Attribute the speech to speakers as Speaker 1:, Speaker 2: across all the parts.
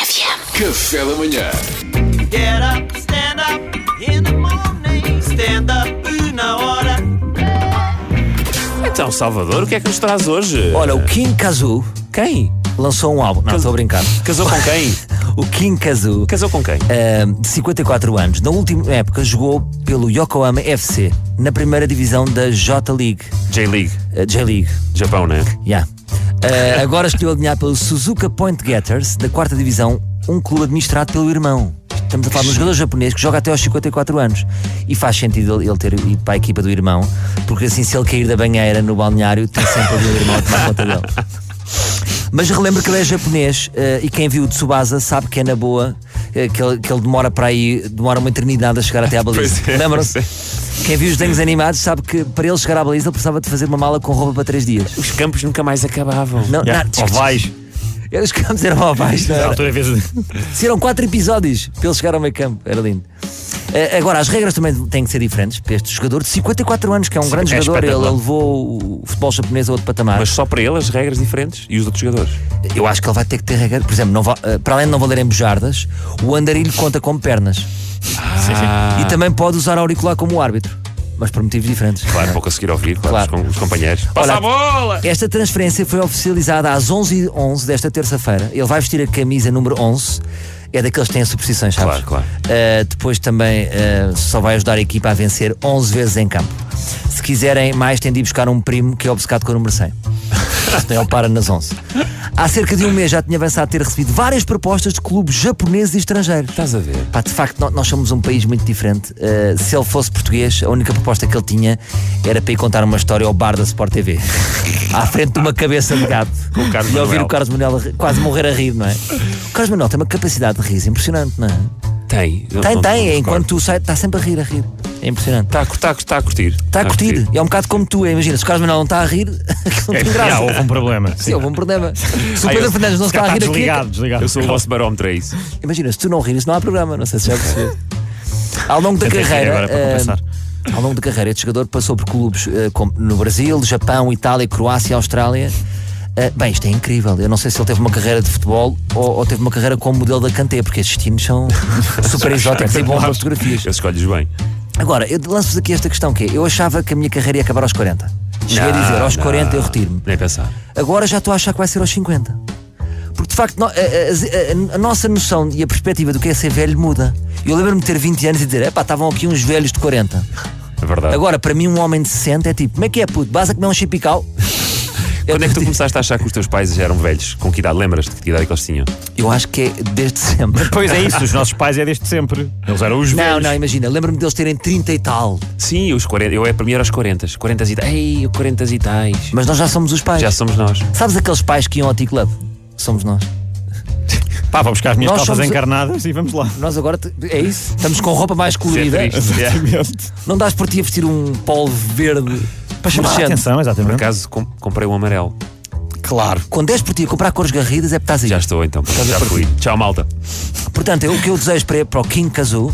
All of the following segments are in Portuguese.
Speaker 1: Café da manhã.
Speaker 2: Get up, stand up in the morning. Stand up na hora.
Speaker 3: Então, Salvador, o que é que nos traz hoje?
Speaker 4: Olha, o Kim Kazoo
Speaker 3: Quem?
Speaker 4: lançou um álbum. Não, estou a brincar.
Speaker 3: Casou com quem?
Speaker 4: O Kim Kazoo,
Speaker 3: Casou com quem?
Speaker 4: eh, de 54 anos, na última época jogou pelo Yokohama FC, na primeira divisão da J-League.
Speaker 3: J-League,
Speaker 4: eh, J-League,
Speaker 3: Japão, né?
Speaker 4: yeah. Eh, agora escolheu alinhar pelo Suzuka Point Getters, da quarta divisão, um clube administrado pelo irmão. Estamos a falar de um jogador japonês que joga até aos 54 anos. E faz sentido ele- ele ter ido para a equipa do irmão, porque assim, se ele cair da banheira no balneário, tem sempre ali o irmão a tomar conta dele. Mas relembro que ele é japonês eh, e quem viu o Tsubasa sabe que é na boa eh, que, ele, que ele demora para aí, demora uma eternidade a chegar até à baliza.
Speaker 3: Pois é,
Speaker 4: Lembram-se? Quem viu os desenhos animados sabe que para ele chegar à baliza ele precisava de fazer uma mala com roupa para três dias.
Speaker 3: Os campos nunca mais acabavam.
Speaker 4: Não, não,
Speaker 3: Ovais.
Speaker 4: Eles campos eram ovais, não era?
Speaker 3: altura vezes.
Speaker 4: Se eram quatro episódios para ele chegar ao meio campo, era lindo. Eh, agora, as regras também têm que ser diferentes para este jogador de 54 anos, que é um grande
Speaker 3: é
Speaker 4: jogador, ele,
Speaker 3: espetacular.
Speaker 4: ele levou o futebol japonês a outro patamar.
Speaker 3: Mas só para ele as regras diferentes e os outros jogadores.
Speaker 4: Eu acho que ele vai ter que ter regra. Por exemplo, não va- eh, para além de não valerem bujardas, o andarilho conta como pernas.
Speaker 3: Ah.
Speaker 4: E também pode usar auricular como árbitro, mas por motivos diferentes.
Speaker 3: Claro, para conseguir ouvir, claro,
Speaker 4: Claro.
Speaker 3: os com- os companheiros. Passa
Speaker 4: Olha,
Speaker 3: a bola!
Speaker 4: Esta transferência foi oficializada às 11h11 desta terça-feira. Ele vai vestir a camisa número 11. É daqueles que têm superstições, sabes?
Speaker 3: Claro, claro.
Speaker 4: Uh, depois também uh, só vai ajudar a equipa a vencer 11 vezes em campo. Se quiserem mais, têm de ir buscar um primo que é obcecado com o número 100. Senão ele para nas 11. Há cerca de um mês já tinha avançado a ter recebido várias propostas de clubes japoneses e estrangeiros.
Speaker 3: Estás a ver?
Speaker 4: Pá, de facto, nó- nós somos um país muito diferente. Uh, se ele fosse português, a única proposta que ele tinha era para ir contar uma história ao bar da Sport TV, à frente de uma cabeça de gato.
Speaker 3: o Carlos
Speaker 4: e ouvir
Speaker 3: Manuel.
Speaker 4: o Carlos Manuel a ri- quase morrer a rir, não é? O Carlos Manuel tem uma capacidade de riso impressionante, não é?
Speaker 3: Tem. Não-
Speaker 4: Tem,
Speaker 3: não- não
Speaker 4: tem, é
Speaker 3: discordo.
Speaker 4: enquanto tu sai, está sempre a rir, a rir. É impressionante.
Speaker 3: Está a, curtar, está tá, a curtir.
Speaker 4: Está a curtir. É um bocado como tu, é, imagina, se o Carlos Manuel não está a rir, não tem graça.
Speaker 5: Já, houve um problema.
Speaker 4: Sim, houve um problema. Se o
Speaker 3: Ah,
Speaker 4: Pedro
Speaker 3: eu-
Speaker 4: Fernandes não
Speaker 5: Se
Speaker 4: está
Speaker 5: calhar
Speaker 4: a
Speaker 5: está
Speaker 4: rir aqui,
Speaker 5: desligado, desligado.
Speaker 3: Eu sou o vosso barómetro, é isso.
Speaker 4: Imagina, se tu não rires, não há programa. Não sei se já percebeu. Ao longo da
Speaker 5: Tentei rir
Speaker 4: carreira.
Speaker 5: agora para
Speaker 4: eh,
Speaker 5: compensar.
Speaker 4: ao longo da carreira, este jogador passou por clubes eh, como no Brasil, Japão, Itália, Croácia, Austrália. Eh, bem, isto é incrível. Eu não sei se ele teve uma carreira de futebol ou, ou teve uma carreira como modelo da Kanté, porque estes destinos são super exóticos e bons para É fotografias.
Speaker 3: Eu escolhes bem.
Speaker 4: Agora, eu lanço-vos aqui esta questão que é, eu achava que a minha carreira ia acabar aos 40. Cheguei a dizer, aos
Speaker 3: não,
Speaker 4: 40 eu retiro-me.
Speaker 3: Nem pensar.
Speaker 4: Agora já estou a achar que vai ser aos 50. Porque de facto no- a, a- a- a nossa noção e a perspectiva do que é ser velho muda. Eu lembro-me de ter 20 anos e dizer, epá, estavam aqui uns velhos de 40.
Speaker 3: É verdade.
Speaker 4: Agora, para mim, um homem de 60 é tipo, como é que é, puto? Vas a comer um chipical?
Speaker 3: Quando é que tu começaste a achar que os teus pais já eram velhos? Com que idade? Lembras-te de que idade é que eles tinham?
Speaker 4: Eu acho que é desde sempre.
Speaker 5: Pois é isso, os nossos pais é desde sempre. Eles eram os
Speaker 4: Não,
Speaker 5: velhos.
Speaker 4: não, imagina, lembro-me deles terem 30 e tal,
Speaker 3: Sim, os 40. Eu é para mim era aos 40. 40 e tais. Ei, o 40 e tais.
Speaker 4: mas nós já somos os pais.
Speaker 3: Já somos nós.
Speaker 4: Sabes aqueles pais que iam ao T-Club? Somos nós.
Speaker 5: Pá, vou buscar as minhas
Speaker 4: Nós
Speaker 5: calças
Speaker 4: somos-
Speaker 5: encarnadas e vamos lá.
Speaker 4: Nós agora, te- é isso, estamos com roupa mais
Speaker 3: Isso é
Speaker 4: colorida.
Speaker 3: triste. É.
Speaker 5: Exatamente.
Speaker 4: Não dás por ti a vestir um polo verde
Speaker 5: Para chamar a
Speaker 4: fluorescente.
Speaker 5: atenção,
Speaker 3: Por
Speaker 5: exatamente.
Speaker 3: acaso com- comprei um amarelo.
Speaker 4: Claro. Quando és por ti a comprar cores garridas é porque estás aí.
Speaker 3: Já estou então. Já fui. Tchau, malta.
Speaker 4: Portanto, eu- o que eu desejo para, para o Kim Kazoo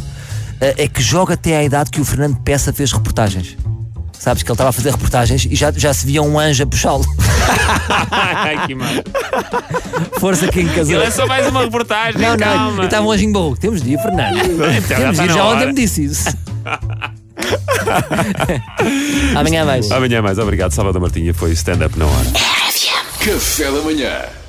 Speaker 4: eh, é que jogue até à idade que o Fernando Peça fez reportagens. Sabes que ele estava a fazer reportagens e já, já se via um anjo a puxá-lo.
Speaker 3: Ai, que mal.
Speaker 4: Força Kim Kazoo.
Speaker 3: Ele é só mais uma reportagem.
Speaker 4: Não, não,
Speaker 3: calma.
Speaker 4: eu estava um anjinho barroco. Temos dia, Fernando.
Speaker 3: Então, já está
Speaker 4: Temos dia,
Speaker 3: na
Speaker 4: já
Speaker 3: hora.
Speaker 4: ontem me disse isso. Amanhã mais.
Speaker 3: Amanhã mais. Obrigado, Salvador Martinha. Foi stand-up na hora.
Speaker 1: Café da manhã.